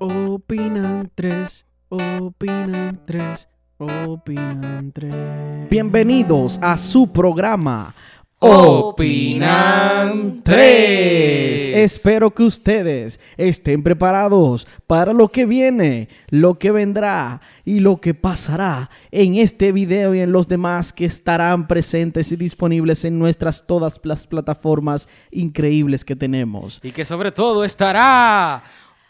Opinan tres, opinan tres, opinan tres. Bienvenidos a su programa. Opinan tres. Espero que ustedes estén preparados para lo que viene, lo que vendrá y lo que pasará en este video y en los demás que estarán presentes y disponibles en nuestras todas las plataformas increíbles que tenemos. Y que sobre todo estará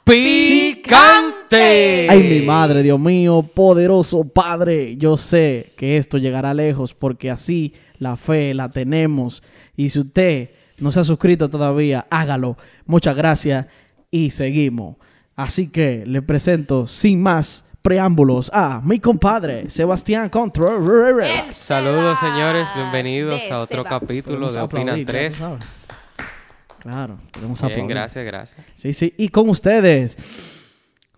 picante. Ay, mi madre, Dios mío, poderoso Padre, yo sé que esto llegará lejos porque así la fe la tenemos. Y si usted no se ha suscrito todavía, hágalo. Muchas gracias y seguimos. Así que le presento sin más preámbulos a mi compadre Sebastián Contreras. Saludos, señores. Sebas Bienvenidos de a otro Sebas. capítulo Podemos de aplaudir, Opinan ya tú 3. sabes. Claro, podemos Bien, aplaudir. gracias, gracias. Sí, sí. Y con ustedes.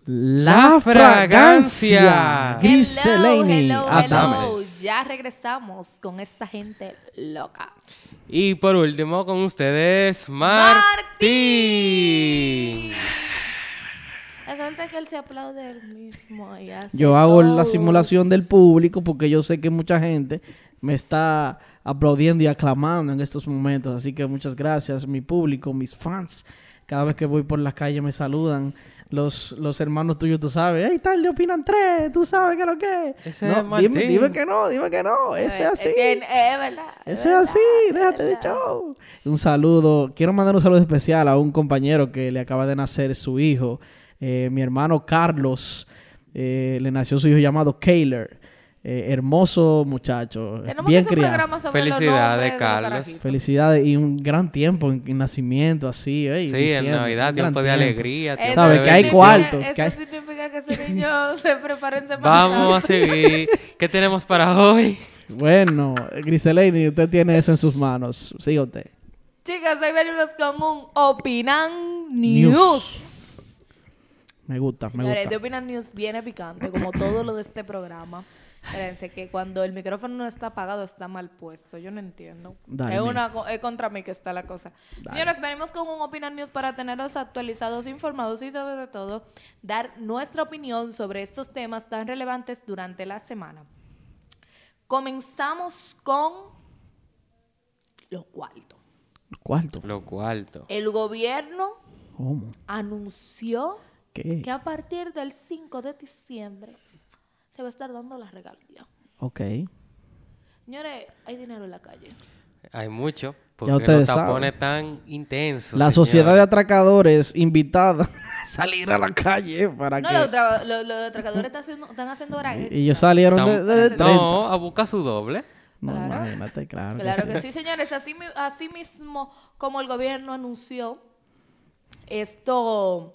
La, La fragancia. Ah, fragancia. Griseleni Hello, hello, hello. Adames. Ya regresamos con esta gente loca. Y por último, con ustedes, Martín. Es suerte que él se aplaude él mismo. y hace Yo hago la todos. simulación del público porque yo sé que mucha gente me está aplaudiendo y aclamando en estos momentos. Así que muchas gracias, mi público, mis fans. Cada vez que voy por las calles me saludan. Los, los hermanos tuyos, tú sabes, ¡Ey, tarde opinan tres! ¿Tú sabes qué es lo que es? Ese No, es Martín. dime, dime que no, dime que no. Es Eso es así. que Es es Eh, verdad. Eso es así, verdad, déjate es de verdad. show. Un saludo, quiero mandar un saludo especial a un compañero que le acaba de nacer su hijo, Eh, mi hermano Carlos, eh, le nació su hijo llamado Kaylor, Eh, hermoso muchacho, Tenemos que bien hacer un criado. programa sobre los Felicidades, nombres de los Carlos. carajitos. Felicidades y un gran tiempo en, en nacimiento, así. ey, Sí, en diciembre, Navidad, un gran tiempo de alegría. Eso tiempo Sabe de que hay bendición. cual- significa- cuartos, que hay- Eso significa que ese niño se prepara en semana. Vamos a seguir. ¿Qué tenemos para hoy? Bueno, Griseleni, usted tiene eso en sus manos, sigue usted. Chicas, hoy venimos con un Opinan News. News. Me gusta, me Señores, de gusta. Opinan este News viene picante, como todo lo de este programa. Espérense que cuando el micrófono no está apagado está mal puesto. Yo no entiendo. Dale, es, nene. una, co- es contra mí que está la cosa. Señores, venimos con un Opinan News para tenerlos actualizados, informados y sobre todo dar nuestra opinión sobre estos temas tan relevantes durante la semana. Comenzamos con lo cuarto. Cuarto. Lo cuarto. El gobierno ¿Cómo? anunció ¿Qué? que a partir del 5 de diciembre se va a estar dando la regalía. Ok. Señores, hay dinero en la calle. Hay mucho. Porque ustedes los tapones saben. tan intensos. La señores. sociedad de atracadores invitada a salir a la calle para No, Ah, que... los, tra- los- los atracadores están haciendo, están haciendo hora extra. Y ellos salieron Tam- de, de, de 30. No, a buscar su doble. No, Claro. imagínate, claro. que Claro sí. que sí, señores. Así, mi- así mismo, como el gobierno anunció esto,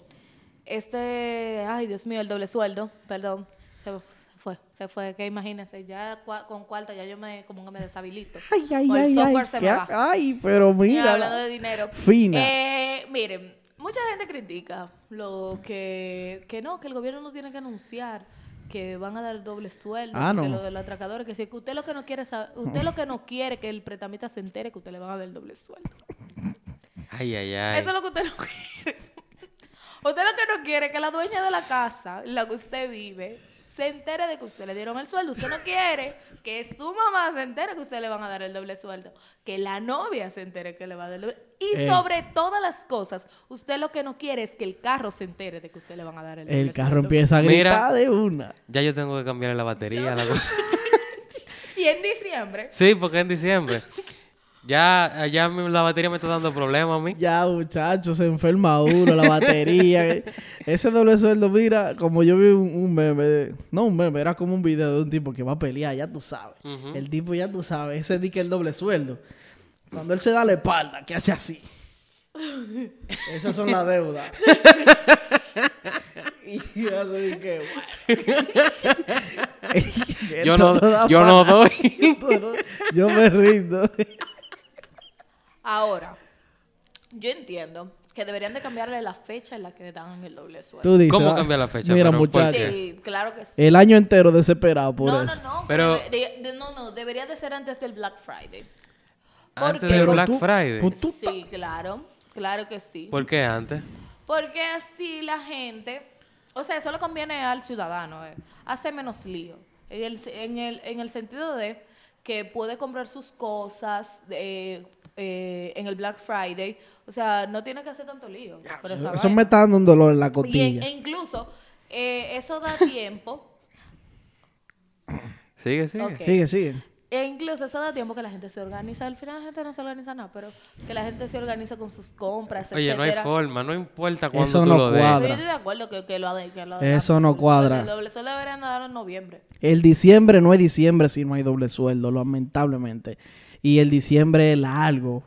este, ay Dios mío, el doble sueldo, perdón, se, se fue, se fue, que imagínense, ya cua- con cuarto ya yo me, como que me deshabilito. Ay, ay, O el ay, ay, software se qué- me va. ay, pero Mira, mira. hablando de dinero. Fina. Eh, miren, mucha gente critica lo que, que no, que el gobierno no tiene que anunciar que van a dar doble sueldo, Ah, que no. lo de los atracadores, que si es que usted lo que no quiere saber, usted lo que no quiere que el pretamita se entere que usted le van a dar el doble sueldo. Ay, ay, ay. Eso es lo que usted no quiere. usted lo que no quiere es que la dueña de la casa, en la que usted vive, se entere de que usted le dieron el sueldo. Usted no quiere que su mamá se entere que usted le van a dar el doble sueldo. Que la novia se entere que le va a dar el doble Y Ey. sobre todas las cosas, usted lo que no quiere es que el carro se entere de que usted le van a dar el doble El carro sueldo. empieza a gritar Mira. de una. Ya yo tengo que cambiarle la batería. a la cosa. Y en diciembre, Sí, porque en diciembre. Ya, ya mi- la batería me está dando problemas a mí. Ya, muchachos, se enferma uno, la batería. Ese doble sueldo, mira, como yo vi un, un meme, de- no un meme, era como un video de un tipo que va a pelear, ya tú sabes. El tipo, ya tú sabes, ese di que el doble sueldo. Cuando él se da la espalda, que hace así. Esas son las deudas. y yo así di que, bueno. Yo no, Esto da yo no para- doy. Esto no- yo me rindo. ahora, yo entiendo que deberían de cambiarle la fecha en la que dan el doble sueldo. Tú dices, ¿Cómo ah, cambia la fecha? Mira, Pero, ¿por muchachos. qué? Sí, claro que sí. El año entero desesperado por no, eso. No, no, Pero- pero de- de- no, no, debería de ser antes del Black Friday. Antes qué? del Pero Black tú- Friday. Pues- pues tú ta- Sí, claro, claro que sí. ¿Por qué antes? Porque así la gente, O sea, eso le conviene al ciudadano. eh. Hace menos lío. En el, en el- en el sentido de que puede comprar sus cosas eh, eh, en el Black Friday. O sea, no tiene que hacer tanto lío. por esa Eso me vaina. está dando un dolor en la Y en- cotilla. e incluso, eh, eso da tiempo. Sigue, sigue. Ok. Sigue, sigue. E incluso eso da tiempo que la gente se organiza. Al final la gente no se organiza nada, pero que la gente se organiza con sus compras, Oye, no hay etcétera. forma, no importa Eso cuándo tú no lo des. cuadra. Pero yo estoy de acuerdo que, que lo ha de- que lo Eso hagan. no El sol- cuadra. El doble sol deberían dar en noviembre. El diciembre no es diciembre si no hay doble sueldo, lamentablemente. Y el diciembre es largo.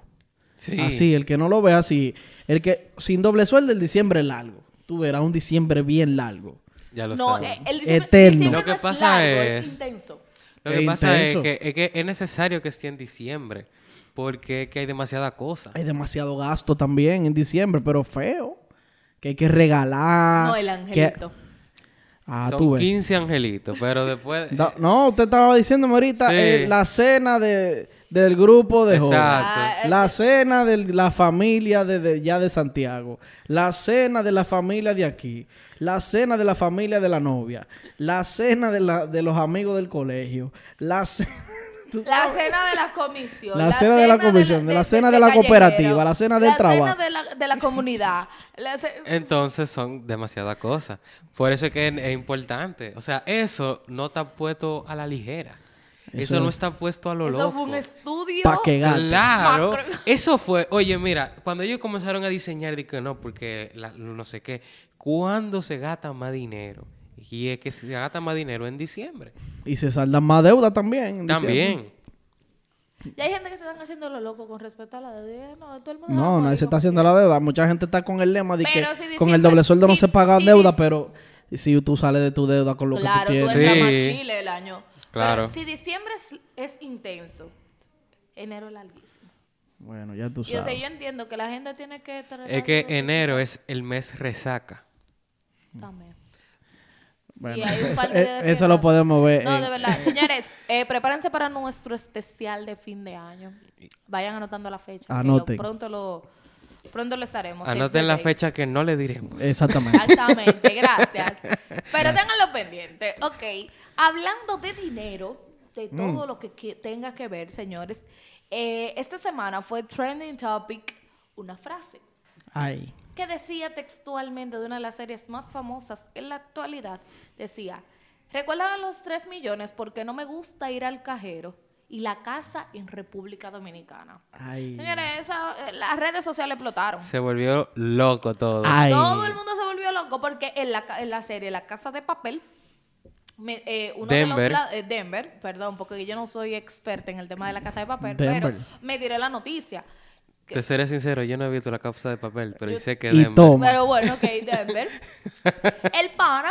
Sí. Así, el que no lo vea así. El que sin doble sueldo, el diciembre es largo. Tú verás un diciembre bien largo. Ya lo no, sabes. eh, el diciembre, Eterno. diciembre Lo que no es pasa largo, es- intenso. Lo que Es pasa es intenso. que, es que es necesario que esté en diciembre, porque es que hay demasiada cosa. Hay demasiado gasto también en diciembre, pero feo. Que hay que regalar. no, el que- angelito. Ah, tú Son ves. 15 angelitos, pero después... Da- no, usted estaba diciéndome ahorita Sí. eh, la cena de, del grupo de jóvenes. Exacto. Ah, La cena de la familia de, de- ya de Santiago. La cena de la familia de aquí. La cena de la familia de la novia. La cena de, la, de los amigos del colegio. La cena... tú La cena de la comisión. La cena de la comisión, la cena de la cooperativa, la cena del La trabajo. cena de la, de la comunidad. la ce- Entonces son demasiada cosa. Por eso es que es, es importante. O sea, eso no está puesto a la ligera. Eso, no está puesto a lo eso loco. fue un estudio. Pa' que gato. Claro, Macro. eso fue. Oye, mira, cuando ellos comenzaron a diseñar, dije no, porque la- no sé qué, ¿cuándo se gasta más dinero? Y es que se gasta más dinero en diciembre. Y se saldan más deudas también. en diciembre. También. Y hay gente que se están haciendo lo loco con respecto a la de no, todo el mundo va a No, morir nadie se como está haciendo la deuda. Mucha gente está con el lema de que Ah, Pero si con diciembre- el doble sueldo no si- se paga si deuda, dic- pero si tú sales de tu deuda con lo claro, que tú tú tienes. entras más Sí. Chile el año. Claro. Pero si diciembre es, es intenso, enero es larguísimo. Bueno, ya tú Y o sea, sabes. yo entiendo que la gente tiene que tratar Es que de- enero es el mes resaca. también. Bueno, Y hay un eso, par de eh, días de eso lo fiesta. podemos ver. No, en- de verdad. Señores, eh, prepárense para nuestro especial de fin de año. Vayan anotando la fecha. que lo- Anoten. pronto lo pronto lo estaremos. Anoten la 6 de fecha que no le diremos. Exactamente. Exactamente, gracias. Pero ténganlo pendiente. Ok, hablando de dinero, de todo lo que qui- tenga que ver, señores, eh, esta semana fue trending topic una frase Ay. que decía textualmente de una de las series más famosas en la actualidad, decía, recuerdan los 3 millones porque no me gusta ir al cajero y la casa en República Dominicana. Ay. Señores, esa- eh, las redes sociales explotaron. Se volvió loco todo. Ay. Todo el mundo se volvió loco porque en la, ca- en la serie La Casa de Papel, me- eh, uno de Denver. los... la- eh, Denver, perdón, porque yo no soy experta en el tema de La Casa de Papel, Denver. pero me diré la noticia. Te seré sincero, yo no he visto la casa de papel, pero sé que Y Denver- toma. Pero bueno, ok, Denver. El pana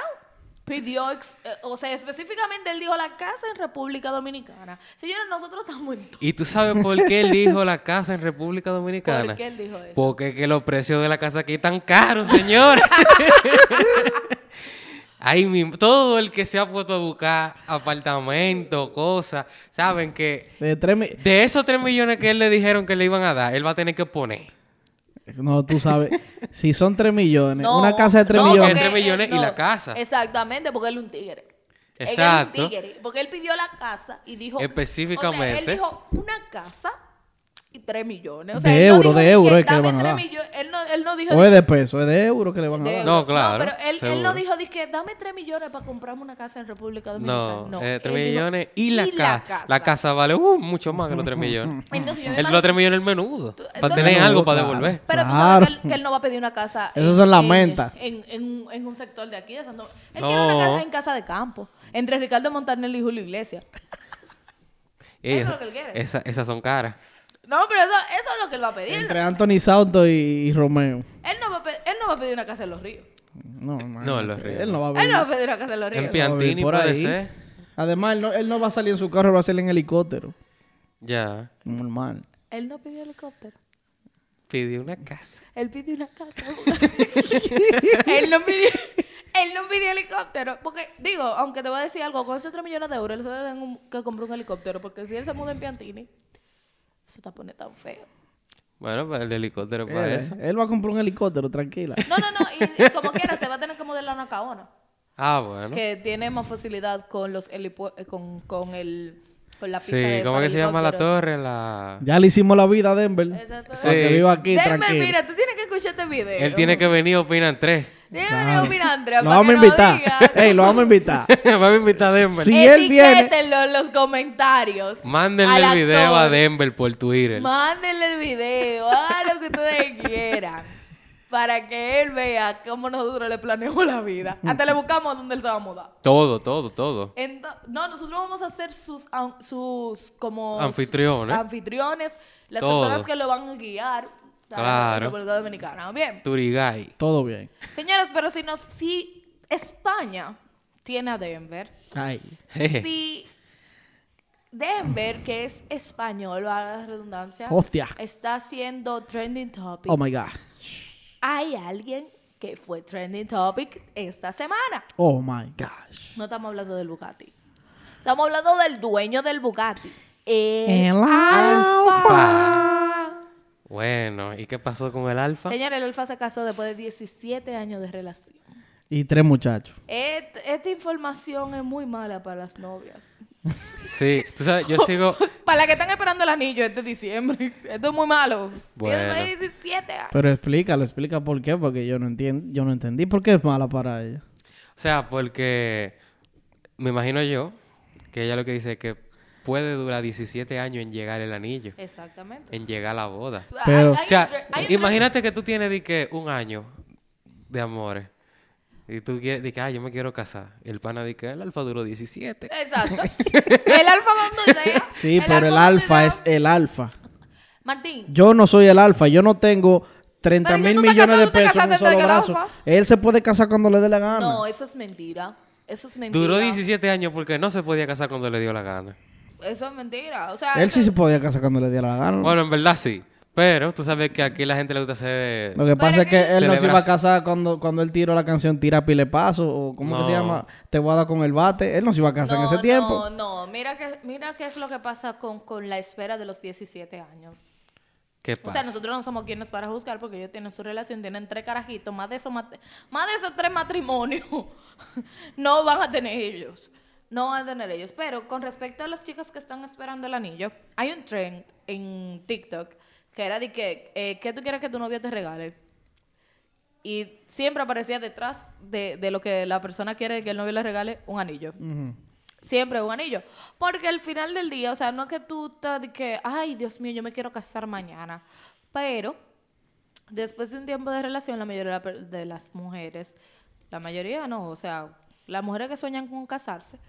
pidió, ex- eh, o sea, específicamente él dijo la casa en República Dominicana. Señores, nosotros estamos en todo. ¿Y tú sabes por qué él dijo la casa en República Dominicana? ¿Por qué él dijo eso? Porque es que los precios de la casa aquí están caros, señores. Ahí mismo, todo el que se ha puesto a buscar apartamento, cosas, saben que De tres mi- de esos 3 millones que él le dijeron que le iban a dar, él va a tener que poner. No, tú sabes. si son tres millones, No, una casa de tres no, millones. porque Entre millones él- y la casa. Exactamente, porque él es un tigre. Él es un Exacto. tigre, porque él pidió la casa y dijo. Específicamente. o sea, él dijo una casa y tres millones. O sea, De él no euro, dijo de ni euro es que dame le van a tres dar. millones. Él no, él no dijo. O es de peso, es de euros que le van a de dar. euros. claro, pero él, él seguro. no dijo, dizque, dame 3 millones para comprarme una casa en República Dominicana. No, No, 3 él dijo, millones y, la, casa. La casa vale uh, mucho más que los 3 millones. Entonces, yo me El, imagino- los 3 millones el menudo. Para entonces- tener algo para Claro. devolver. Pero tú sabes que Claro. él, que él no va a pedir una casa. Esas en- son las en- mentas. En, en un- en un sector de aquí de Santo Domingo. Él No. quiere una casa en casa de campo. Entre Ricardo Montaner y Julio Iglesias. Ey, Eso es esa- lo que él quiere. esa- esas son caras. No, pero eso, eso es lo que él va a pedir. Entre Anthony Sauto y, y Romeo. Él, no va a pe- él no va a pedir una casa en los ríos. No, No, los ríos. Él no va a Él venir. no va a pedir una casa en los ríos. En Piantini por puede ahí. ser. Además, él no, él no va a salir en su carro, él va a salir en helicóptero. Ya. Normal. Él no pidió helicóptero. Pidió una casa. Él pidió una casa. él, no pidió, él no pidió helicóptero. Porque, digo, aunque te voy a decir algo, con esos 3 millones de euros, él se debe un- que comprar un helicóptero. Porque si él se muda en Piantini, eso te pone tan feo. Bueno, pues el helicóptero para Él, eso. él va a comprar un helicóptero, tranquila. No, no, no. Y, y como quiera, se va a tener que mudar a una caona. Ah, bueno. que tiene más facilidad con los helipu- eh, con, con el con la pista Sí, de ¿cómo para que se llama la helicópteros. torre? La... Ya le hicimos la vida a Denver. Exacto. Sí. Para que viva aquí Denver, tranquilo. mira, tú tienes que escuchar este video. Él tiene que venir, opinan tres. Debe Claro. venir Andrea, Lo para vamos a que nos invitar. diga. Ey, lo vamos a invitar. Vamos a invitar a Denver. Sí. Si él viene- Etiquétenlo en los comentarios. Mándenle al el video a actor. Denver por Twitter. Mándenle el video, a lo que ustedes quieran. Para que él vea cómo nosotros le planeamos la vida. Hasta le buscamos dónde él se va a mudar. Todo, todo, todo. Ento- no, nosotros vamos a ser sus, an- sus como Anfitriones. sus anfitriones, las Todo. personas que lo van a guiar a la Claro. República Dominicana. Bien. Turigay. Todo bien. Señores, pero si no, si España tiene a Denver, Ay. Jeje. si Denver, que es español, a la redundancia, Hostia. está haciendo trending topic. Oh my God. Hay alguien que fue trending topic esta semana. Oh my gosh. No estamos hablando del Bugatti. Estamos hablando del dueño del Bugatti. El, El Alfa. Bueno, ¿y qué pasó con el Alfa? Señores, el Alfa se casó después de 17 años de relación. Y tres muchachos. Et- esta información es muy mala para las novias. Sí, tú sabes, yo sigo. Para las que están esperando el anillo este diciembre. Esto es muy malo. Bueno. Después de 17 años. Pero explícalo, explica por qué, porque yo no entiendo, yo no entendí por qué es mala para ella. O sea, porque me imagino yo que ella lo que dice es que puede durar 17 años en llegar el anillo, Exactamente. en llegar la boda. Pero- O Hay- hay un tre- sea, hay un tre- imagínate que tú tienes de que un año de amores. Y tú quieres, de que, ah, yo me quiero casar. El pana de que el alfa duró 17. Exacto. el Alfa dando idea. Sí, pero el alfa es eh, el alfa. Martín, Yo no soy el alfa, yo no tengo 30 Pero si mil tú te millones casas, de tú te pesos en un casas solo desde que eras brazo. alfa. Él se puede casar cuando le dé la gana. no, eso es mentira. Eso es mentira. Duró 17 años porque no se podía casar cuando le dio la gana. Eso es mentira. O sea, Él sí eso- se podía casar cuando le diera la gana. Bueno, en verdad sí. Pero tú sabes que aquí la gente le gusta hacer... Lo que pasa es que que- él no se iba a Celebración. casar cuando, cuando él tiró la canción Tira Pile Paso o ¿cómo que se No. llama? Te voy a dar con el bate. Él no se iba a casar en ese tiempo. No, no, mira qué mira qué es lo que pasa con, con la espera de los 17 años. ¿Qué O pasa? sea, nosotros no somos quienes para juzgar porque ellos tienen su relación, tienen tres carajitos, más de, eso, más, más de esos tres matrimonios no van a tener ellos. No van a tener ellos. Pero con respecto a las chicas que están esperando el anillo, hay un trend en TikTok que era de que, eh, ¿qué tú quieres que tu novio te regale? Y siempre aparecía detrás de, de lo que la persona quiere que el novio le regale, un anillo. Siempre un anillo. Porque al final del día, o sea, no es que tú estás de que, ay, Dios mío, yo me quiero casar mañana. Pero después de un tiempo de relación, la mayoría de la per- de las mujeres, la mayoría no, o sea, las mujeres que sueñan con casarse,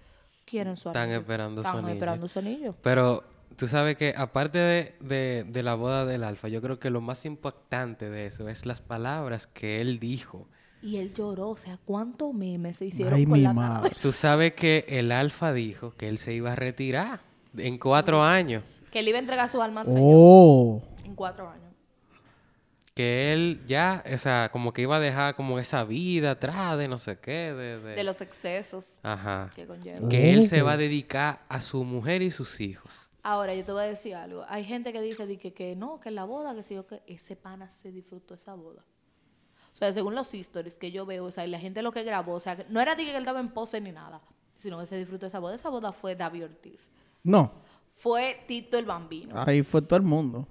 quieren su Están anillo. esperando su Están anillo. esperando su anillo. Pero tú sabes que aparte de, de- de la boda del alfa, yo creo que lo más impactante de eso es las palabras que él dijo. Y él lloró, o sea, ¿cuántos memes se hicieron Ay, con mi la cara de- madre. Tú sabes que el alfa dijo que él se iba a retirar en cuatro años. Que él iba a entregar su alma al Señor Oh. en cuatro años. Que él ya, o sea, como que iba a dejar como esa vida atrás de no sé qué, de... de- De los excesos Ajá. que conlleva. Que él se va a dedicar a su mujer y sus hijos. Ahora, yo te voy a decir algo. Hay gente que dice di que, que no, que en la boda, que sí, o que ese pana se disfrutó esa boda. O sea, según los stories que yo veo, o sea, y la gente lo que grabó, o sea, que no era de que él estaba en pose ni nada, sino que se disfrutó esa boda. Esa boda fue David Ortiz, No. fue Tito el Bambino, Ah. Ahí fue todo el mundo.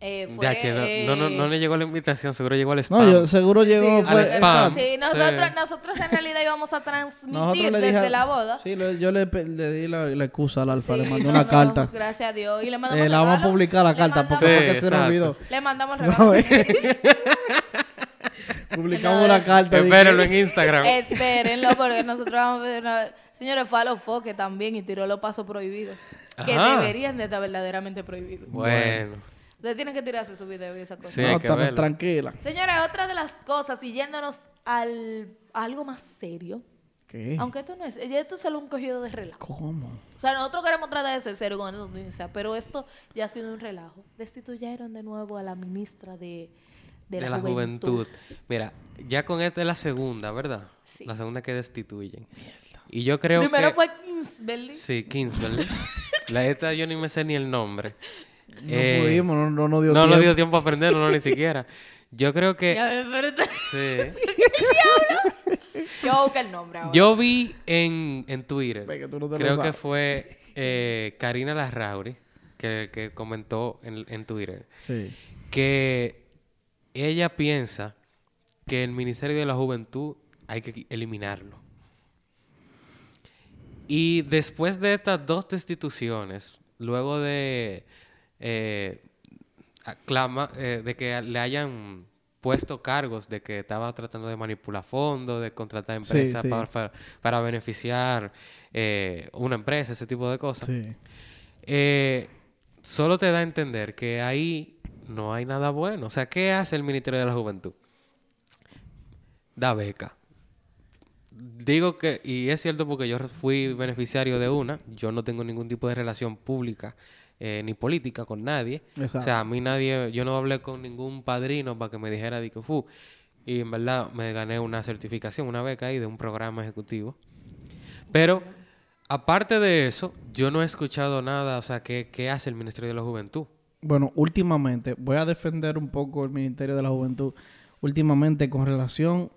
eh, fue... eh, Ya, che, no, no, no, no le llegó la invitación, seguro llegó al No, spam. yo seguro llegó. Sí, fue- Al spam. Sí, Sí. nosotros, nosotros en realidad íbamos a transmitir Nosotros le desde dije- la boda. Sí, le- yo le, pe- le di la, la excusa al alfa, le Sí, mandé no, una no, carta. Gracias a Dios. Y le mandamos Eh, la vamos a regalo. publicar la Le carta porque mandamos- Sí, fue que se nos exacto. olvidó. Le mandamos regalo. No, eh. Publicamos una carta. dije, Espérenlo en Instagram. Espérenlo, porque nosotros vamos a ver una... Señores, fue a los foques también y tiró los pasos prohibidos. Que Ajá. deberían de estar verdaderamente prohibidos. Bueno, Ustedes tienen que tirarse su video y esa cosa. Sí, no, hay que estamos verlo. tranquila. Señores, otra de las cosas, y yéndonos al, a algo más serio. ¿Qué? Aunque esto no es... Ya esto es solo un cogido de relajo. ¿Cómo? O sea, nosotros queremos tratar de ser serio con la audiencia, pero esto ya ha sido un relajo. Destituyeron de nuevo a la ministra de, de, la, juventud. Mira, ya con esta es la segunda, ¿verdad? Sí. La segunda que destituyen. Y yo creo Primero que... fue Kingsberly. Sí, Kingsbury. la esta yo ni me sé ni el nombre. Eh, No pudimos, no, no, no dio no tiempo. nos dio tiempo a aprenderlo, no, ni siquiera. Yo creo que... Ya, pero- Sí. Yo busco el nombre ahora. Yo vi en, en Twitter, Ve que tú no te lo creo que sabes. fue eh, Karina Larrauri, que, que comentó en, en Twitter, Sí. que ella piensa que el Ministerio de la Juventud hay que qui- eliminarlo. Y después de estas dos destituciones, luego de, eh, aclama- eh, de que le hayan puesto cargos de que estaba tratando de manipular fondos, de contratar Sí, empresas sí. para, para- para beneficiar eh, una empresa, ese tipo de cosas, Sí. eh, solo te da a entender que ahí no hay nada bueno. O sea, ¿qué hace el Ministerio de la Juventud? Da beca. Digo que, y es cierto porque yo fui beneficiario de una, yo no tengo ningún tipo de relación pública eh, ni política con nadie. Exacto. O sea, a mí nadie, yo no hablé con ningún padrino para que me dijera de que fu. Y en verdad me gané una certificación, una beca ahí de un programa ejecutivo. Pero aparte de eso, yo no he escuchado nada, o sea, ¿qué, qué hace el Ministerio de la Juventud? Bueno, últimamente, voy a defender un poco el Ministerio de la Juventud, últimamente con relación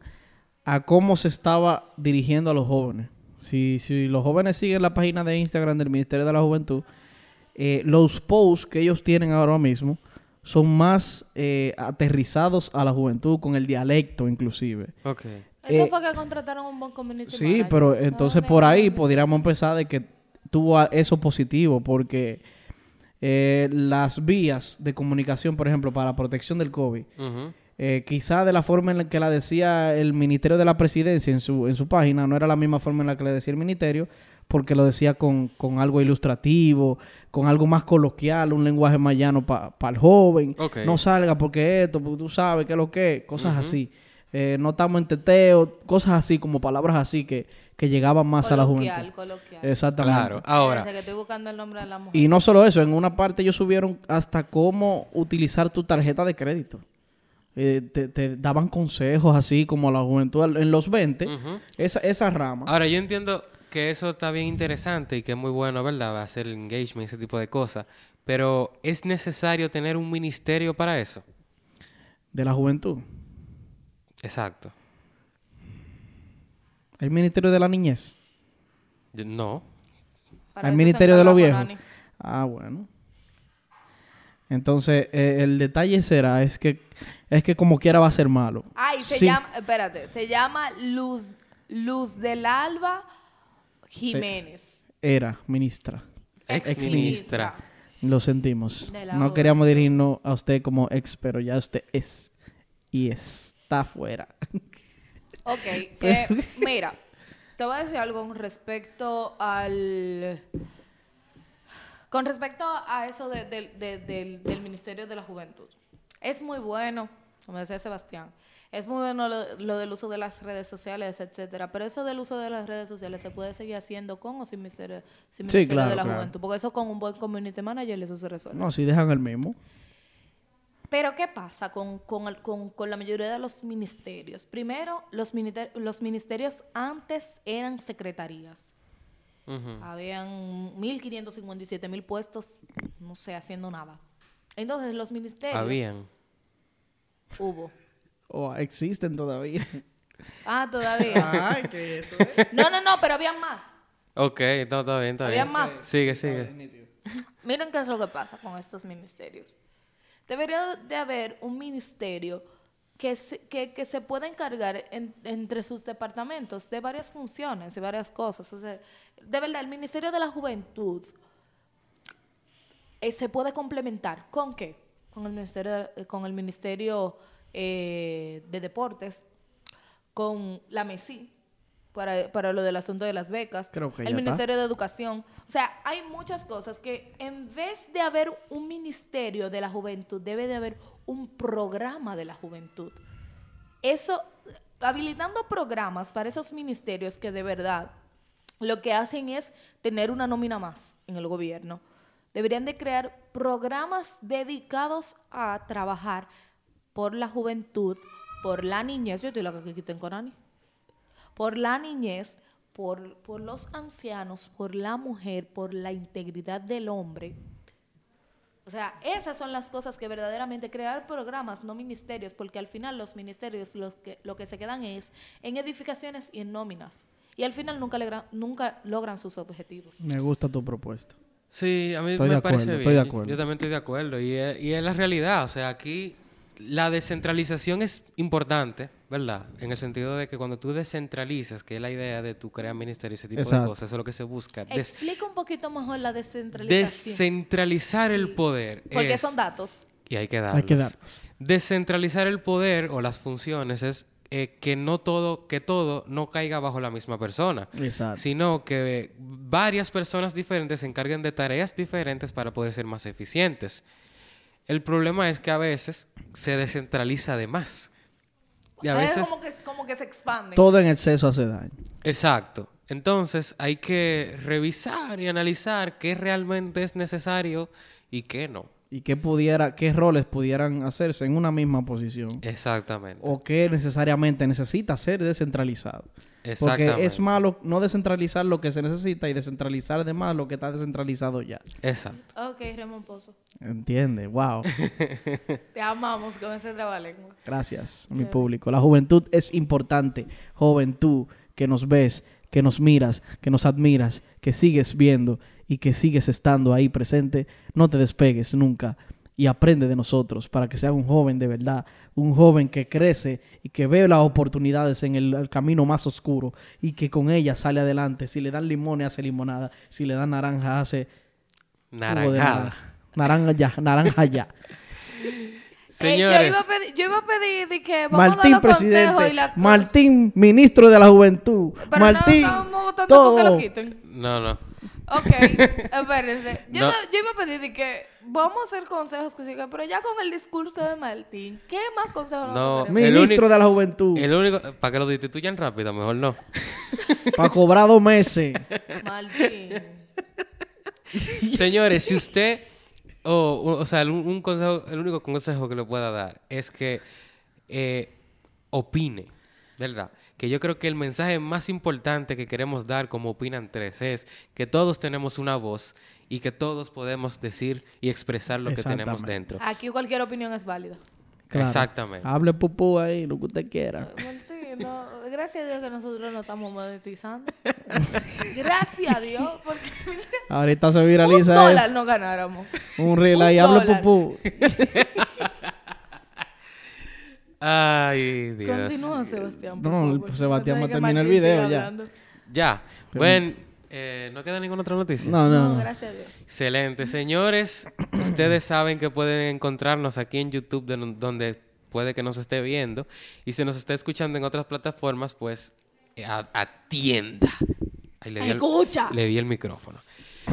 a cómo se estaba dirigiendo a los jóvenes. Si, si los jóvenes siguen la página de Instagram del Ministerio de la Juventud, eh, los posts que ellos tienen ahora mismo son más eh, aterrizados a la juventud, con el dialecto inclusive. Ok. Eso Eh, fue que contrataron un buen community Sí, manager. pero entonces este No, por no, ahí no. podríamos empezar de que tuvo a- eso positivo, porque eh, las vías de comunicación, por ejemplo, para protección del COVID, Ujú. eh, quizá de la forma en la que la decía el Ministerio de la Presidencia en su, en su página, no era la misma forma en la que le decía el Ministerio, porque lo decía con, con algo ilustrativo, con algo más coloquial, un lenguaje más llano para el joven. Ok. No salga porque esto, porque tú sabes que lo que, es, cosas así. Eh, no estamos en teteo, cosas así, como palabras así que, que llegaban más a la Coloquial, juventud. coloquial. Exactamente. Claro. Ahora, Espérense que estoy buscando el nombre de la mujer. Y no solo eso, en una parte ellos subieron hasta cómo utilizar tu tarjeta de crédito. Eh, te, te daban consejos así como a la juventud al- en los 20, Mm. Ujú. esa, esa rama. Ahora, yo entiendo que eso está bien interesante y que es muy bueno, ¿verdad? Hacer el engagement, ese tipo de cosas. Pero ¿es necesario tener un ministerio para eso? de la juventud. Exacto. El Ministerio de la Niñez, Yo- No. Para el eso se Ministerio de los encarga Viejos. Conani. Ah, bueno. Entonces, eh, el detalle será, es que, es que como quiera va a ser malo. Ay, se Sí. llama, espérate, se llama Luz, Luz del Alba Jiménez. Era ministra. Ex, Ex ministra. Lo sentimos. De la No juventud. queríamos dirigirnos a usted como ex, pero ya usted es. Y está fuera. Ok, eh, mira, te voy a decir algo con respecto al... Con respecto a eso de- de- de- del, del Ministerio de la Juventud. Es muy bueno, como decía Sebastián, es muy bueno lo, lo del uso de las redes sociales, etcétera, pero eso del uso de las redes sociales se puede seguir haciendo con o sin Ministerio, sin Sí, ministerio de claro, la claro. Juventud, porque eso con un buen community manager eso se resuelve. No, si dejan el mismo. Pero ¿qué pasa con, con el- con- con la mayoría de los ministerios? Primero, los, miniter- los ministerios antes eran secretarías. Ujú. Habían 1.557 mil puestos, no sé, haciendo nada. Entonces, los ministerios Habían. hubo. O existen todavía. Ah, todavía. que eso No, no, no, pero habían más. Ok, no, está bien, está bien. Había más. Sigue, sigue. Miren qué es lo que pasa con estos ministerios. Debería de haber un ministerio que se, que, que se pueda encargar en- entre sus departamentos de varias funciones y varias cosas. O sea, de verdad, el Ministerio de la Juventud eh, se puede complementar. ¿Con qué? Con el Ministerio, eh, con el ministerio eh, de Deportes, con la MESI, para, para lo del asunto de las becas, Creo que ya el está. Ministerio de Educación. O sea, hay muchas cosas que en vez de haber un Ministerio de la Juventud, debe de haber un programa de la juventud. Eso, habilitando programas para esos ministerios que de verdad lo que hacen es tener una nómina más en el gobierno. Deberían de crear programas dedicados a trabajar por la juventud, por la niñez. Yo estoy la que quiten con Ani por la niñez, por, por los ancianos, por la mujer, por la integridad del hombre, O sea, esas son las cosas que verdaderamente crear programas, no ministerios, porque al final los ministerios los que, lo que se quedan es en edificaciones y en nóminas. Y al final nunca, legra- nunca logran sus objetivos. Me gusta tu propuesta. Sí, a mí Estoy me de parece acuerdo, bien. estoy de acuerdo. Yo también estoy de acuerdo. Y es, y es la realidad. O sea, aquí la descentralización es importante, ¿verdad? En el sentido de que cuando tú descentralizas, que es la idea de tu crear ministerio, ese tipo de Exacto. cosas, eso es lo que se busca. Des- Explica un poquito mejor la descentralización. descentralizar el poder. porque es- son datos. Y hay que darlos. Hay que darlos. Descentralizar el poder o las funciones es eh, que no todo, que todo no caiga bajo la misma persona. Exacto. Sino que varias personas diferentes se encarguen de tareas diferentes para poder ser más eficientes. El problema es que a veces se descentraliza de más. Y a Es veces. como que, como que se expanden. Todo en exceso hace daño. Exacto. Entonces hay que revisar y analizar qué realmente es necesario y qué no. ¿Y qué pudiera, qué roles pudieran hacerse en una misma posición? Exactamente. ¿O qué necesariamente necesita ser descentralizado? Exactamente. Porque es malo no descentralizar lo que se necesita y descentralizar de más lo que está descentralizado ya. Exacto. Ok, Ramón Pozo. ¿Entiendes? Wow. Te amamos con ese trabalengua. Gracias, mi público. La juventud es importante. Juventud, que nos ves, que nos miras, que nos admiras, que sigues viendo y que sigues estando ahí presente. No te despegues nunca y aprende de nosotros para que seas un joven de verdad, un joven que crece y que ve las oportunidades en el, el camino más oscuro y que con ellas sale adelante. Si le dan limones, hace limonada. Si le dan naranja, hace jugo de Naranjada. Naranja ya, naranja ya. Eh, Señores. yo, iba a pedir, yo iba a pedir de que vamos a dar Martín, los consejos presidente. y la... Martín, ministro de la juventud. Pero Martín, no, estamos votando todo. porque lo quiten. No, no. Ok, espérense. Yo, No. no- yo iba a pedir de que vamos a hacer consejos que sigan, pero ya con el discurso de Martín, ¿qué más consejos nos No. podemos- El ministro único- de la juventud. El único. Para que lo destituyan rápido, mejor no. Para cobrar dos meses. Martín? Señores, si usted. O, o- o sea, el, un consejo, el único consejo que le pueda dar es que eh, opine, ¿verdad? Que yo creo que el mensaje más importante que queremos dar como opinan tres es que todos tenemos una voz y que todos podemos decir y expresar lo que tenemos Exactamente. Ah, dentro. Aquí cualquier opinión es válida. Claro. Exactamente. Hable pupú ahí, lo que usted quiera. Martín, no, gracias a Dios que nosotros no estamos monetizando. Gracias a Dios, porque mira, Ahorita se un viraliza eso. dólar no ganáramos. Un reel ahí, un hable dólar. pupú. Ah. Ay, Dios. Continúa, Sebastián. por No, favor. pues, Sebastián Antes va a de que terminar el Martín siga video ya. hablando. Ya. Bueno, eh, no queda ninguna otra noticia. No, no, No, no. gracias a Dios. Excelente, señores. Ustedes saben que pueden encontrarnos aquí en YouTube, de- donde puede que nos esté viendo. Y si nos está escuchando en otras plataformas, pues eh, a- atienda. Ahí le di el- Escucha. le di el micrófono.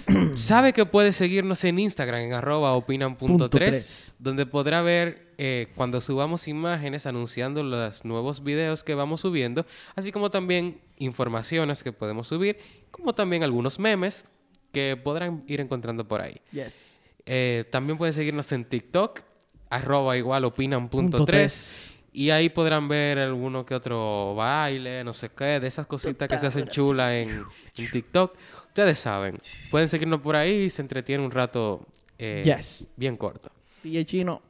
Sabe que puede seguirnos en Instagram, en arroba Punto opinan.3, tres. donde podrá ver eh, cuando subamos imágenes anunciando los nuevos videos que vamos subiendo, así como también informaciones que podemos subir, como también algunos memes que podrán ir encontrando por ahí. Yes. Eh, también pueden seguirnos en TikTok, arroba igual Punto opinan.3. tres. Y ahí podrán ver alguno que otro baile, no sé qué, de esas cositas que se hacen chulas en, en TikTok. Ustedes saben, pueden seguirnos por ahí y se entretienen un rato eh, Yes. bien corto. DJ Chino.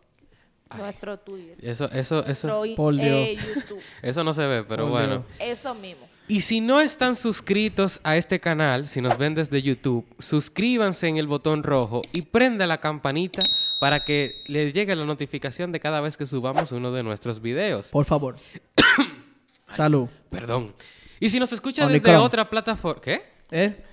Nuestro Twitter. Eso, eso, eso, Nuestro i- Por eh, YouTube. eso no se ve, pero Por bueno. Dios. Eso mismo. Y si no están suscritos a este canal, si nos ven desde YouTube, suscríbanse en el botón rojo y prenda la campanita para que les llegue la notificación de cada vez que subamos uno de nuestros videos. Por favor. Salud. Perdón. Y si nos escucha Only desde Chrome. otra plataforma, ¿qué? ¿Eh?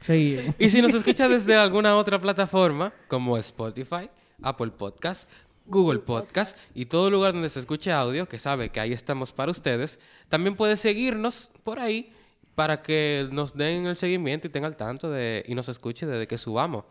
Sí. Y si nos escucha desde alguna otra plataforma como Spotify, Apple Podcast, Google Podcast y todo lugar donde se escuche audio, que sabe que ahí estamos para ustedes, también puede seguirnos por ahí para que nos den el seguimiento y tenga al tanto de, y nos escuche desde que subamos.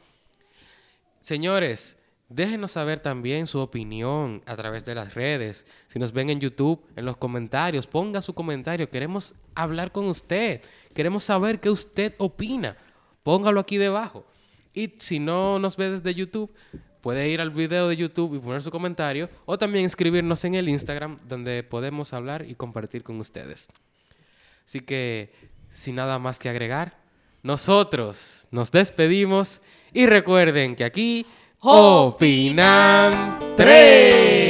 Señores, déjenos saber también su opinión a través de las redes. Si nos ven en YouTube, en los comentarios, ponga su comentario. Queremos hablar con usted. Queremos saber qué usted opina. Póngalo aquí debajo. Y si no nos ve desde YouTube, puede ir al video de YouTube y poner su comentario o también escribirnos en el Instagram donde podemos hablar y compartir con ustedes. Así que, sin nada más que agregar, nosotros nos despedimos y recuerden que aquí Opinan 3.